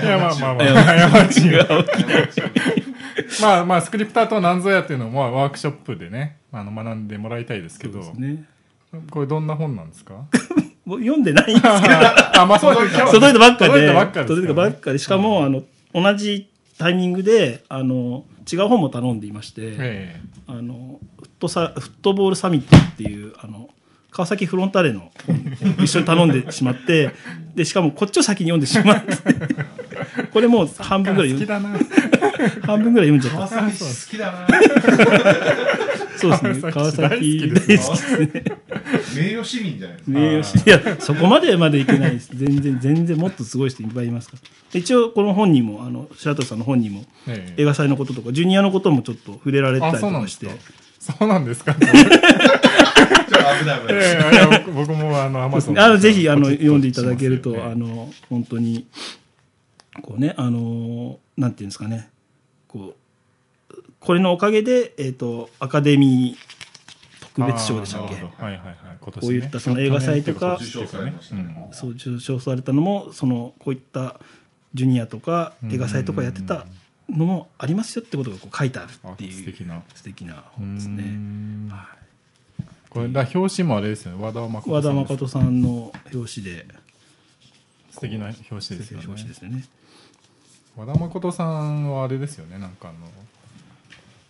B: いやまあまあまあまあ違うまあまあスクリプターとは何ぞやっていうのもワークショップでねあの学んでもらいたいですけ
E: そう
B: ど
E: です ね
B: これどんな本なんです か
E: もう読ん でないんですけど
B: あまあそうです
E: 届いたばっかで
B: 届いたばっかですからね
E: 届いたばっかでしかも、あの同じタイミングであの違う本も頼んでいまして、
B: ええ
E: あのフットサフットボールサミットっていうあの川崎フロンターレの本を一緒に頼んでしま ってでしかもこっちを先に読んでしまって これもう半分ぐらい
B: 好き
E: 読
B: だ な
E: む半分ぐらい読んじゃ
A: 川
E: っ
A: 崎市好きだな
E: たそうですね川
B: 川崎
E: 崎
B: 市
E: 大好きで
A: 好き
B: 大
E: すね
A: 名誉市民じゃないですか
E: 名誉市いやそこまでまでいけないです全然全然もっとすごい人いっぱいいますからで一応この本にもあの白鳥さんの本にも
B: ええ
E: 映画祭のこととかジュニアのこともちょっと触れられてた
B: あ
E: り
B: そ
E: と
B: うなん
E: か
B: で
E: し
B: す
E: て
B: かそうなんですか
A: ちょっと危ない危ない
B: え えいや僕僕もあのアマゾン
E: あのぜひあの読んでいただける
B: ポチ
E: と
B: ッ
E: あ
B: しますよ
E: の本当にこうねあのなんていうんですかねこうこれのおかげでえっ、とアカデミー特別賞でしたっけ
B: あーなるほどはいはいはい今年
E: こういったその映画祭とか
A: 受賞されましたね
E: そう受賞されたのもそのこういったジュニアとか映画祭とかやってたのもありますよってことがこう書いてあるっていう
B: あ素敵な
E: 素敵な本ですね。
B: ね
E: は
B: これだから表紙もあれですよね和田
E: い
B: 誠
E: 和田
B: さんです
E: 誠さんの表紙で
B: 素敵な表紙ですよ
E: 表紙
B: ね
E: ですよね。
B: 和田誠さんはあれですよねなんかあの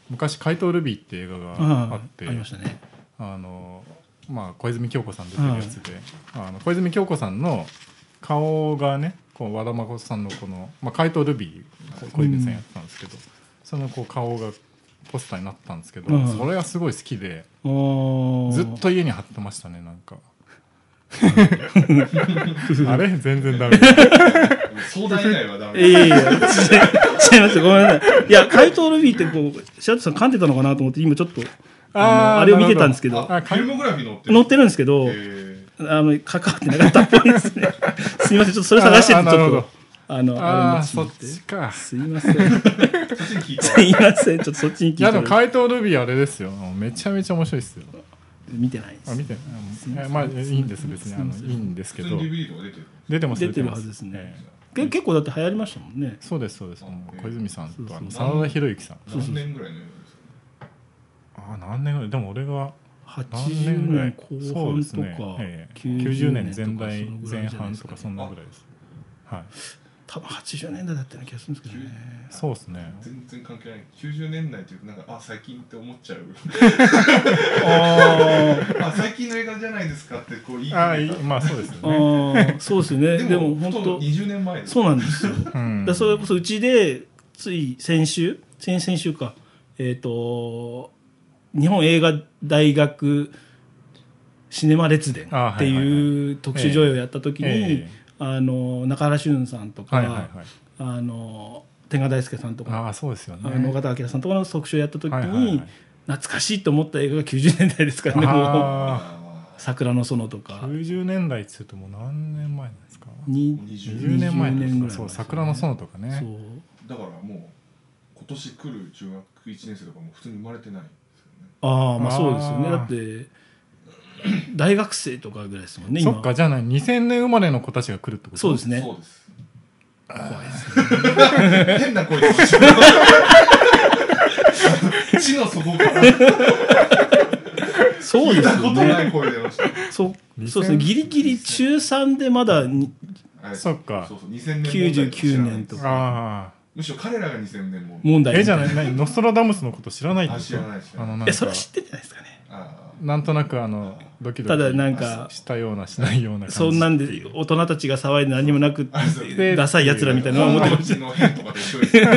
B: 昔「怪盗ルビー」って映画があっ
E: ああ
B: て
E: ありましたね。
B: あのまあ小泉京子さん出てるやつで、あの小泉京子さんの顔がねこう和田誠さんのこの「まあ、怪盗ルビー」小泉さんやってたんですけど、そのこう顔がポスターになったんですけど、
E: うん
B: それがすごい好きで
E: ず
B: ずっと家に貼ってましたねなんかあれ全然ダメ
A: 相談以外はダ
E: いや
A: メ
E: いやいや、違い違いますよごめんなさい。いや、怪盗ルビーってこう、シャトさん噛んでたのかなと思って、今ちょっと、あのあれを見てたんですけど、
A: あ、フィルモグラフィー載ってる
E: 載ってるんですけど、
A: え
E: あの、関わってなかったっぽいですね。 すみません、ちょっとそれ探してて、
B: あ
E: ち
B: なるほ
E: ょ
B: ど
E: っと、あの、
B: ああー
E: あれ
B: そ
E: 持
B: っ
E: ちて。
B: ちか
E: すいません。す
A: ー、そっちに聞いた
E: いません、ちょっとそっちに聞い
B: いやでも
E: て
B: 怪盗ルビーあれですよめちゃめちゃ面白いですよ
E: 見てないで
B: あ
E: す。
B: 見てあのえまあいいんです別にあのいいんですけ
A: 普通
B: ど
A: に DVD とか出てる
B: 出てます
E: 出てるは
B: ます
E: ずですね
B: ええ。
E: け結構だって流行りましたもんね。
B: そうですそうですもう小泉さんとあの
E: そう
A: そう
B: 真田広之さん
A: 何年ぐらいの映画ですか
B: ああ何年ぐらいでも俺が
E: 80年後
B: そう
E: 半
B: です
E: と
B: ね
E: か
B: ええ、
E: 90
B: 90
E: 年
B: 年
E: と
B: 前
E: か
B: 代
E: そのぐ
B: 前
E: らいじゃない
B: 半
E: です
B: と
E: か
B: かそんなぐらいですはい
E: 多分80年代だったような気がするんですけどね。
B: そうですね
A: 全然関係ない90年代というかなんかあ最近って思っちゃう あ最近の映画じゃないですかってこう言い
B: あ
A: か
B: あ
A: け
B: い
A: た
B: まあそうです ね
E: ああ、そうですよね。で
A: でもほ
E: も
A: とん
E: 本
A: ど
E: 当、
A: 20年前です
E: そうなんですよ。
B: う
E: だ
B: ん
E: からそれこそうちでつい先週先々週かえっ、と日本映画大学シネマ列伝
B: あ
E: って
B: はいはい
E: いう特集上映をやった時
B: え
E: に
B: え
E: あの中原俊さんとか、
B: はいはいはい
E: あの天下大輔さんとか
B: ああそうですよ
E: あ
B: ね
E: の尾形明さんとかの特集をやった時に、
B: はいはいはい
E: 懐かしいと思った映画が90年代ですからねもう
B: あ
A: あ
E: 「桜の園」とか
B: あ90年代っつうともう何年前なんですか
E: に
A: 20
B: 10年前
E: 20
B: ですか
E: ぐ
B: ら
E: い
B: そう桜の園とかね
E: そう
A: ーだからもう今年来る中学1年生とかもう普通に生まれてないですよね
E: ああまあ
B: あー
E: そうですよねだって 大学生とかぐらいですもんね
B: そ
E: 今
B: っかじゃあ何2000年生まれの子たちが来るってこと
E: そうですね
A: そうです
E: 怖いですね
A: 変な声で地の底から聞い
E: そうです
A: たこと
E: よ
A: な
E: ね
A: い声出ました
E: そうそうですねギリギリ中3でまだに
A: はい
B: そっか
A: そうそう2000年問題か知ら
E: 99
A: ない
E: 年とか
B: あ
A: むしろ彼らが2000年も
E: 問
B: あ
E: 題
B: えじゃないい何ノストラダムスのこと知らないってこと
A: あ知らない知らない
B: あのなん
E: え
B: か
E: それは知ってんじゃないですかね
A: あ
B: なんとなくあのドキド
E: た
B: キ
E: だなんか
B: したようなしないような感じ
E: そんなんで大人たちが騒いで何もなく
A: あそう
B: で
E: ダサいやつらみたいなのを 思ってまし
A: ちの変とかと一緒ですよ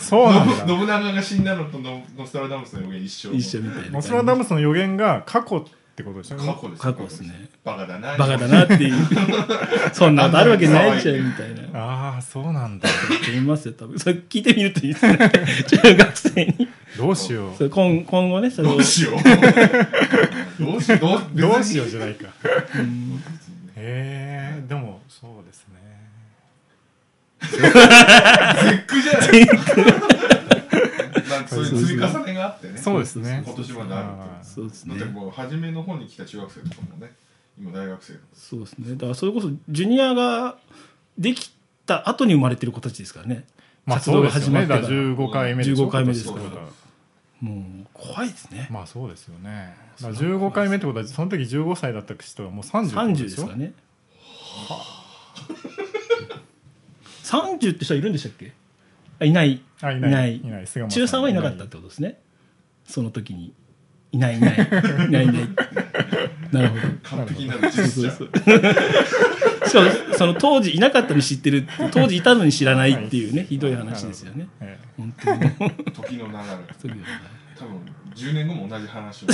B: そうなんだ
A: 信長が死んだのとノノストラダムスの予言一緒
E: た一緒みたいな
B: ノ
E: 感
B: ス
E: じ
B: トラダムスの予言が過去ってことでしょ
A: 過去です
E: 過去ですね
A: バカだな
E: バカだなっていうそんなことあるわけないじゃんみたいな
B: ああそうなんだ
E: 思いますよ多分それ聞いてみるといいですね中学生に
B: どうしよ
E: そうれ今今後ねそ れ
A: ど
E: を
A: うしよう どうしどう別に
B: どうしようじゃないかへえでもそうですね
A: 絶句じゃない なんかそういう積み重ねがあってね
B: そうですね
A: 今年まである
E: そうです
A: とだ
E: ね
A: ってもう初めの方に来た中学生とかもね今大学生とか
E: そうですね。だからそれこそジュニアができた後に生まれてる子たちですからね。
B: まあ
E: 活
B: そ
E: 動
B: う
E: が
B: です
E: 始
B: よ
E: まっ
B: ね
E: て
B: だ
E: から、
B: から15回目でしょ
E: 15回目ですから
B: 今年ってことは
E: もう怖いですね。
B: まあそうですよね。まあ、15回目ってことはその時15歳だった人はもう30
E: 三
B: ってことで
E: 十で
B: し
E: す
B: ょ
E: かね。三十って人はいるんでしたっけ？あいない。
B: あい
E: い
B: ない
E: ない。
B: いない菅間さん
E: 中3はいなかったってことですね。その時にいないいないい ないいない。なるほど。
A: 完璧 なるジェスチャー
E: しかもその当時いなかったのに知ってる当時いたのに知らないっていうねひどい話ですよね
B: え
E: 本当に
A: 時の流れ
E: そういうのが
A: 多分10年後も同じ話を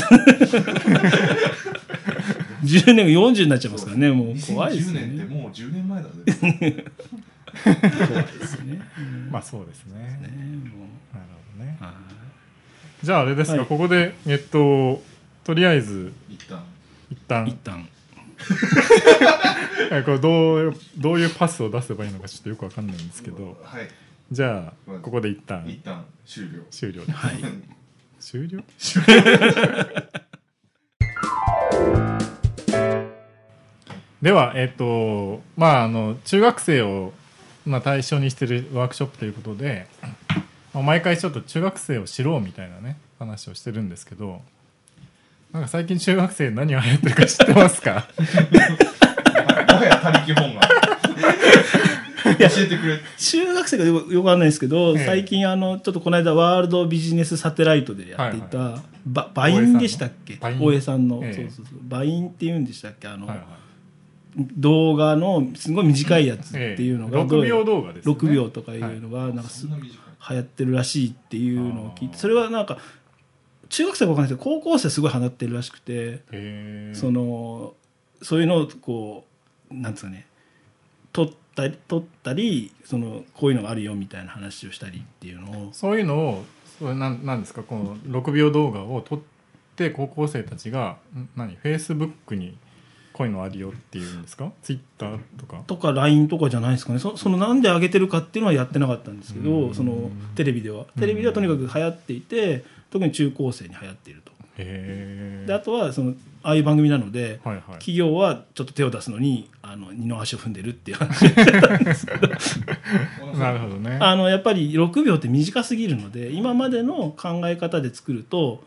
E: 10年後40になっちゃいますからねもう怖いです
A: 2010年って
E: ね
A: もう10年前だ ぜ
E: 怖いですね
B: えまあそうですね。
E: ねもう
B: なるほどね。
E: あ
B: じゃああれですか、
E: はい
B: ここでえっととりあえず
A: 一旦
B: 一
E: ー
B: 旦
E: 一旦
B: えこれどうどういうパスを出せばいいのかちょっとよくわかんないんですけど、
A: はい
B: じゃあここで一旦
A: 一旦終了
B: 終了。
E: はい
B: 終了。 では、えっ、と、まあ、あの、中学生を、まあ、対象にしてるワークショップということで、まあ毎回ちょっと中学生を知ろうみたいなね、話をしてるんですけど、なんか最近中学生何を流行ってるか知ってますか
A: もはや他力本が教えてくれ
E: 中学生がよくよくわかんないですけど、
B: ええ
E: 最近あのちょっとこの間ワールドビジネスサテライトでやっていた、
B: は
E: ばバインでしたっけ
B: 大江さんの
E: 大江
B: ええ
E: さんの、そうそうそうバインっていうんでしたっけあの、
B: はいはい。
E: 動画のすごい短いやつっ
B: ええ
E: ていうのが、
B: 6秒動画です、ね。
E: 6秒とかいうのがなんかす
A: そんな短い
E: 流行ってるらしいっていうのを聞い
B: あ
E: て
B: ー
E: それはなんか中学生は分かんないですけど高校生すごい放ってるらしくて
B: へー
E: そのそういうのをこうなんですかね撮ったり撮ったりそのこういうのがあるよみたいな話をしたりっていうのを
B: そういうのをそれなんなんですかこの6秒動画を撮って高校生たちがん何フェイスブックにこういうのあるよっていうんですかツイッターとか
E: とか LINE とかじゃないですかねそそのなんで上げてるかっていうのはやってなかったんですけ
B: う
E: ど
B: ん
E: そのテレビではテレビではとにかく流行っていて特に中高生に流行っていると
B: へ
E: であ
B: え
E: とはそのああいう番組なので、
B: はいはい
E: 企業はちょっと手を出すのにあの二の足を踏んでるっていう話
B: なるほどね
E: あのやっぱり6秒って短すぎるので今までの考え方で作ると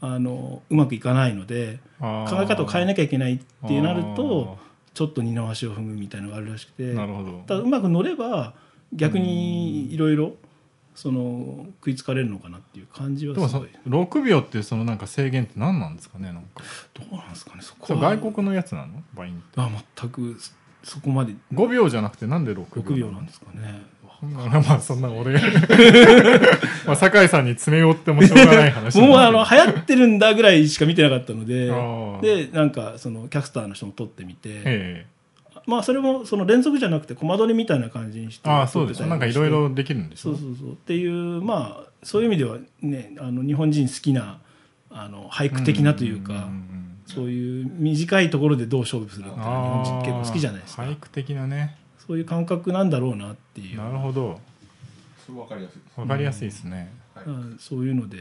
E: あのうまくいかないので
B: 考
E: 考え方を変え
B: な
E: なきゃいけないってなるとちょっと二の足を踏むみたいなのがあるらしくて
B: なるほど
E: ただうまく乗れば逆にいろいろその食いつかれるのかなっていう感じは
B: でも
E: す
B: そ
E: ご
B: の
E: い
B: 6秒っていうそのなんか制限って何なんですかねなんか
E: どうなんですかねそ
B: そ
E: こ
B: れ
E: は
B: 外国のやつなのバイン
E: あ全くそそこまで
B: 5秒じゃなくてなんで6
E: 6
B: 秒
E: 秒なんですかね
B: まあまあそんな俺 まあ酒井さんに詰め寄ってもしょうがない話
E: もうあの
B: あ
E: 流行ってるんだぐらいしか見てなかったので
B: ー
E: でなんかそのキャスターの人も撮ってみて
B: ええ
E: まあそれもその連続じゃなくてコマ撮りみたいな感じにして
B: ああそうです
E: 撮ってた
B: なん
E: り
B: か
E: もし
B: い
E: て
B: ろいろできるんでし
E: そ
B: ょ
E: うそうそうっていうまあそういう意味ではねあの日本人好きなあの俳句的なというか、
B: んん
E: そういう短いところでどう勝負するっていう
B: うん
E: のは日本人
B: あー
E: 結構好きじゃないですか
B: 俳句的なね
E: そういう感覚なんだろうなっていう
B: なるほど
A: それ分かりやすいです
B: わかりやすいですね、
E: うんそういうので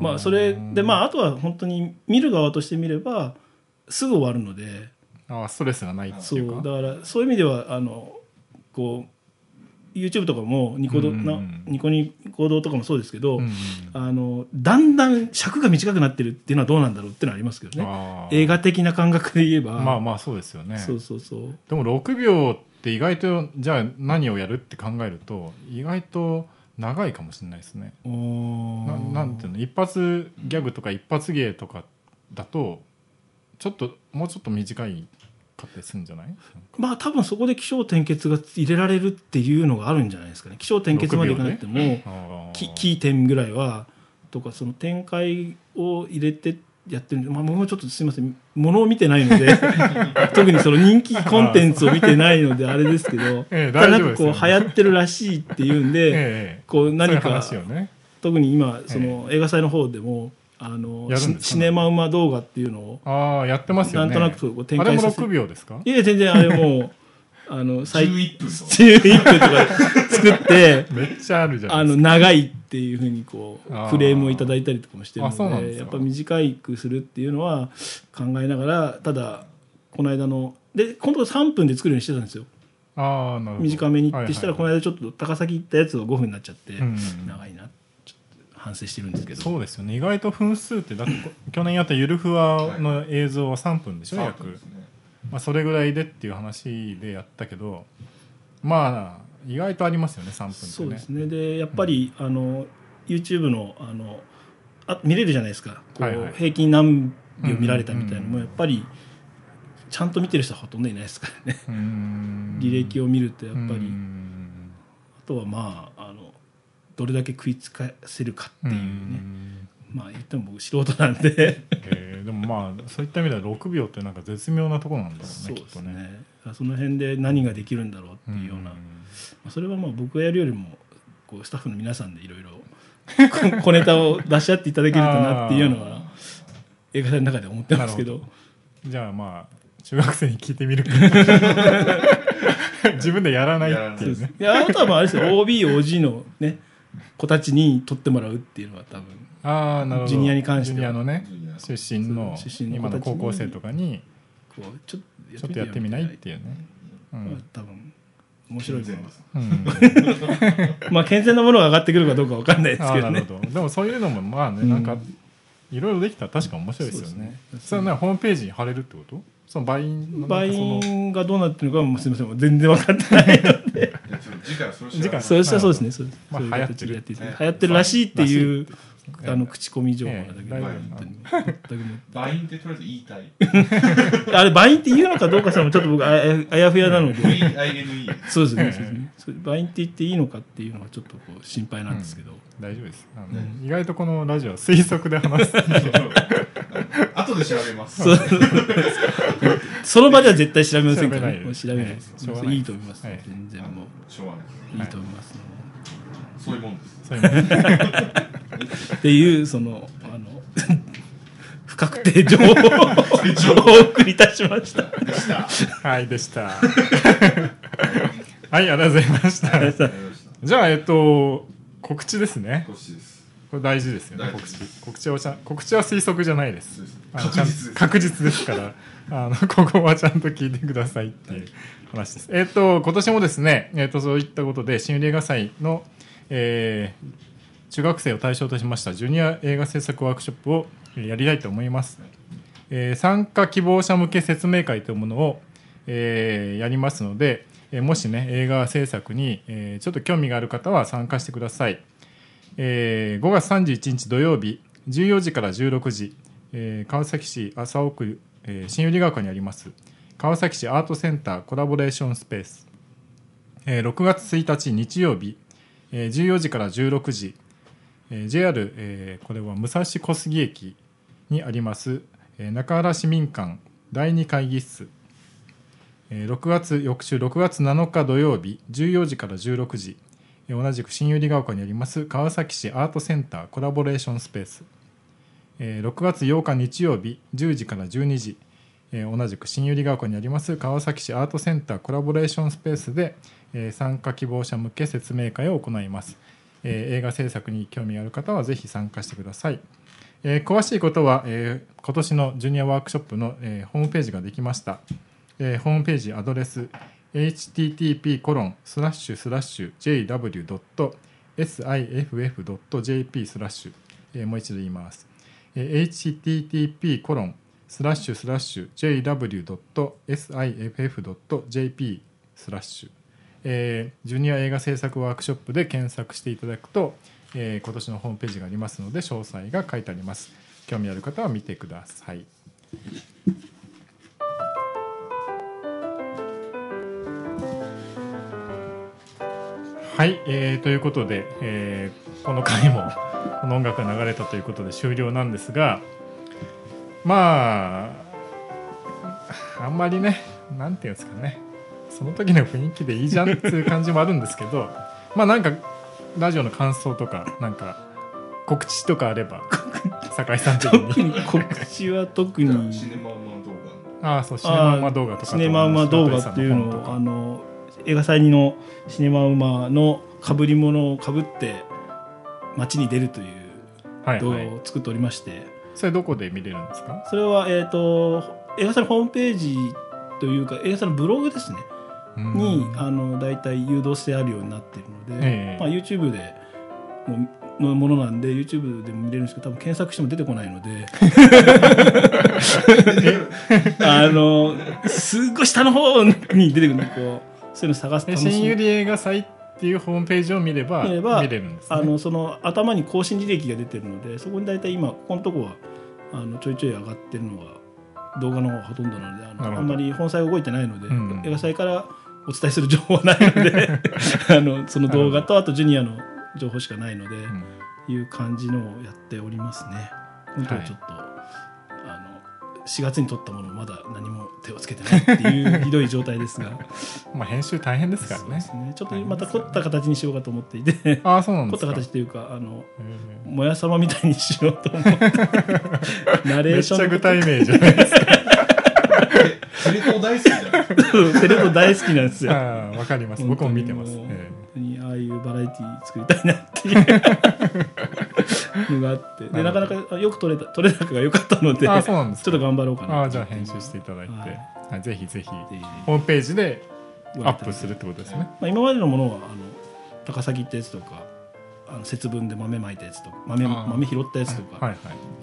E: まあそれでまああとは本当に見る側として見ればすぐ終わるので
B: ああストレスがないって
E: そ
B: いう
E: う
B: か
E: だからそういう意味ではあのこう YouTube とかもニコ動、
B: うん
E: なニコニコ動とかもそうですけど、
B: うんうん
E: あのだんだん尺が短くなってるっていうのはどうなんだろうっていうのはありますけどね
B: ああ
E: 映画的な感覚で言えば、
B: まあまあそうですよね
E: そうそうそう
B: でも6秒って意外とじゃあ何をやるって考えると意外と長いかもしれないですねななんていうの一発ギャグとか一発芸とかだとちょっともうちょっと短いかったりするんじゃない
E: まあ多分そこで起承転結が入れられるっていうのがあるんじゃないですかね起承転結までいかなくても、
B: あー
E: キキー点ぐらいはとかその展開を入れてやってるんで、まあ、もうちょっとすいませんものを見てない ので特にその人気コンテンツを見てないのであれですけど
B: ええ
E: ただな
B: 大丈夫で
E: んか
B: す
E: こう
B: よ
E: 流行ってるらしいっていうんで、
B: ええ
E: こう何か
B: そういう話をね
E: 特に今その映画祭の方でもあの
B: やるん
E: シ
B: ですか
E: シネマウマ動画っていうのを
B: ああやってますよね
E: なんとなくこう展
B: あれ
E: 開
B: も
E: させ
B: 6秒ですか
E: いや全然あれもうあの最
A: 11分と
E: 11分とか作って
B: めっちゃあるじゃな
E: あ
B: いです
E: の長いっていうふうにこう
B: あー
E: クレームをいただいたりとかもしてる
B: あそう
E: の
B: なんで
E: です
B: か
E: やっぱ短くするっていうのは考えながらただこの間ので今度3分で作るようにしてたんですよ
B: かああなるほど
E: 短めにってしたらこ
B: れ
E: の間ちょっと高崎行ったやつは5分になっちゃって
B: うん
E: 長いなちょっと反省してるんですけど
B: そうですよね意外と分数ってだってこ去年やったゆるふわの映像は3分でしょ約、
A: ですね
B: まあ、それぐらいでっていう話でやったけどまあ意外とありますよね3分ってね
E: そうですねでやっぱりあの YouTube のあのあ見れるじゃないですかこ
B: はいはいう
E: 平均何秒見られたみたいなの
B: うんうん
E: も
B: うん
E: やっぱりちゃんと見てる人はほとんどいないですからね
B: うーん
E: 履歴を見るとやっぱ
B: うー
E: り
B: ん
E: あとはまああのどれだけ食いつかせるかってい
B: ー
E: うね
B: ん
E: まあ言っても僕素人なんで
B: えーでもまあそういった意味では6秒ってなんか絶妙なところなんだろうね
E: そう
B: き
E: で
B: っ
E: す
B: と
E: ね
B: ね
E: その辺で何ができるんだろうっていうような
B: ー
E: ま
B: ん
E: あそれはまあ僕がやるよりもこうスタッフの皆さんでいろ いろ小ネタを出し合っていただけるとなっていうのは映画祭の中で思ってますけど
B: なじゃあまあ中学生に聞いて みるか自分でやらないっていう
E: そ
B: ね
E: うですいやあとはまああれですよ OBOG のね子たちに撮ってもらうっていうのは多分
B: ああなるほど
E: ジュニアに関しては
B: ジュニアのね
A: ジュニア
B: 出身の
E: 出身の子
B: 今
E: たち
B: の
E: に
B: 高校生とかに
E: こうちょ
B: ちょっとやってみないっていうね、う
E: まあ
B: ん
E: 多分面白いもの
A: 全部
B: うん
E: まあ健全なものが上がってくるかどうかわかんないです
B: あ
E: け
B: ー
E: ど
B: なる
E: ね
B: ほどでもそういうのもまあね、
E: うん
B: なんかいろいろできたら確か面白いですよね
E: そうですね
B: それはねホームページに貼れるってことその倍の
E: バイ
B: なんかその
E: ンがどうなってるのかもすみませんもう全然分かってないので
A: いやちょっと次回はそれ
B: 次回
A: そ
E: そ
A: れ
E: うしたらそうですねそうです
B: まあ
E: そういう形でやっていただい
A: 流
E: て流
A: 行
E: 行
A: っ
E: ってて
A: る
E: るらしいっていう
B: ね
E: あの口コミ情報なだけで
B: ええ
E: 本当に
A: バインってとりあえず言いたい
E: 全くもうあれバインって言うのかどうかすらもちょっと僕あやあやふやなので
A: VINE
E: そうですねそうですねそれバインって言っていいのかっていうのはちょっとこう心配なんですけど
B: 大丈夫ですあの、意外とこのラジオは 推測で話す
A: 後で調べます
E: そうその場では絶対調べませんから、
B: 調べない
E: ね、
B: です
E: 調べないです、
B: はいしょうがない
E: いいと思います、
B: はい
E: 全然も
A: しょうがないです
E: ういいと思いますね、
A: そういうもんです
B: そういうもん
E: っていうそのあの 不確定情報をお送りいたしました
B: はいでした はいありがとうございました
A: わかりました
B: じゃあえっと告知ですね
A: こっちです
B: これ大事ですよね
A: 大
B: 告
A: 事
B: 知
A: で
B: 告知はちゃん告知は推測じゃないです
A: そうです
B: あの
A: 確実です
B: ちゃん確実ですから あのここはちゃんと聞いてくださいっていう話です、えっ、と今年もですね、えっとそういったことで新入り映画祭の、えー中学生を対象としましたジュニア映画制作ワークショップをやりたいと思います、えー参加希望者向け説明会というものを、えーやりますので、えーもしね映画制作に、えーちょっと興味がある方は参加してくださいえー5月31日土曜日14時から16時、えー川崎市麻生区、えー新百合ヶ丘にあります川崎市アートセンターコラボレーションスペース、えー6月1日日曜日、えー14時から16時、えー JR、えーこれは武蔵小杉駅にあります、えー中原市民館第2会議室えー6月翌週6月7日土曜日14時から16時えー同じく新百合ヶ丘にあります川崎市アートセンターコラボレーションスペースえー6月8日日曜日10時から12時えー同じく新百合ヶ丘にあります川崎市アートセンターコラボレーションスペースでえー参加希望者向け説明会を行いますえー映画制作に興味がある方はぜひ参加してくださいえー詳しいことは、えー今年のジュニアワークショップの、えーホームページができました、えーホームページアドレス http コロンスラッシュスラッシュ jw.siff.jp スラッシュ、えーもう一度言います、えー http コロンスラッシュスラッシュ jw.siff.jp スラッシュえージュニア映画制作ワークショップで検索していただくと、えー今年のホームページがありますので詳細が書いてあります興味ある方は見てくださいはい、えーということで、えーこの回も この音楽が流れたということで終了なんですがまああんまりねなんていうんですかねその時の雰囲気でいいじゃんっていう感じもあるんですけど まあなんかラジオの感想とかなんか告知とかあれば 酒井さん的
E: 特
B: に
E: に告知は特
A: じゃあ
E: に
A: シネマウマ動画
B: ああそうシネマウマ動画とかと
E: シネマウマ動画っていう
B: 白鳥
E: の
B: さ
E: をあ
B: ん本とか
E: の映画祭のシネマウマの被り物を被って街に出るという
B: はい
E: 動
B: は
E: 画
B: い
E: を作っておりまして、
B: それどこで見れるんですか
E: それは、えー、と映画祭のホームページというか映画祭のブログですね、にあの大体誘導してあるようになっているので、
B: ええ
E: まあ、YouTube でもうのものなんで YouTube でも見れるんですけど多分検索しても出てこない ので あのすごい下の方に出てくるのこうそういうの探す
B: え
E: 楽し
B: 新
E: み
B: 百合映画祭っていうホームページを見れば
E: 見れば
B: 見れるんです、ね、
E: あのその頭に更新履歴が出てるのでそこに大体今ここのとこはあのちょいちょい上がってるのが動画の方がほとんどなのであの
B: なるほど
E: あんまり本祭動いてないので、
B: うんうん
E: 映画祭からお伝えする情報はないの であのその動画とあとジュニアの情報しかないので、
B: うん
E: いう感じのをやっておりますね。本当はちょっと、あの4月に撮ったものをまだ何も手をつけてないっていうひどい状態ですが
B: まあ編集大変ですから
E: そうで
B: ね
E: すねちょっとまた凝った形にしようかと思っていて
B: ああそうなん
E: 凝
B: で
E: っ
B: す
E: た
B: か
E: 形というかあの
B: え
E: もやさまみたいにしようと思って ナ
B: え
E: レ
B: め
E: ー
B: っ
E: シ
B: ち
E: ョ
B: ゃ
E: ン
B: 具体名じゃないです
A: テレ東大好きじゃない
E: テレ東大好きなんですよ
B: かああわかります僕も見てます、
E: 本
B: え
E: 当にああいうバラエティー作りたいなっていうのがあってで
B: な
E: なか
B: るほど
E: なかよく撮れた撮れ高が良かったので
B: えああそうなんです
E: ちょ
B: か
E: っと頑張ろうかな
B: ああじゃあ編集していただいて、
E: はい
B: あぜひぜひ
E: っていう
B: ホームページで
E: ご
B: ア
E: 覧い
B: ッ
E: ただ
B: プ
E: いて
B: するってことですね
E: まあ、今までのものはあの高崎ってやつとかあの節分で豆まいたやつとか豆
B: あー
E: 豆拾ったやつとか
B: はいはい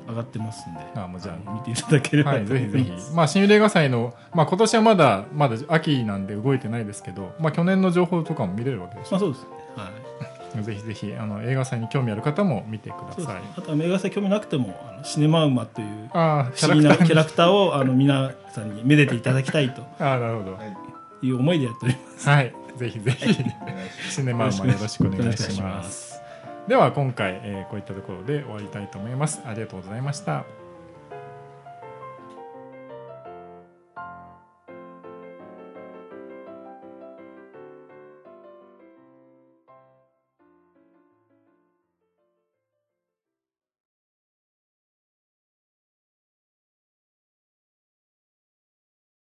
E: 上がってますんで、
B: あもうじゃあ
E: の見ていただければ
B: は
E: と
B: い、
E: 思
B: ぜひぜ
E: ます
B: ひ。まあ、新入映画祭の、まあ、今年はまだ、まだ秋なんで動いてないですけど、まあ、去年の情報とかも見れるわけでし
E: まあそうですねはい
B: ょ。ぜひぜひ、あの、映画祭に興味ある方も見てくだ
E: そうです
B: さい
E: ね。あとは映画祭興味なくてもあのシネマウマという
B: ああ、
E: 不思議な
B: キ
E: キ
B: ャ
E: ャ
B: ラ
E: ラ
B: ク
E: クターをあの皆さんにめでていただきたいと
B: ター。ああ、なるほど。
A: はい
E: いう思いでやっておりま
B: はい、ぜひぜひ、
A: お願いし
B: シネマウ
E: す
B: マよろしくお願いし
E: よろ
B: ます。では、今回、えーこういったところで終わりたいと思います。ありがとうございました。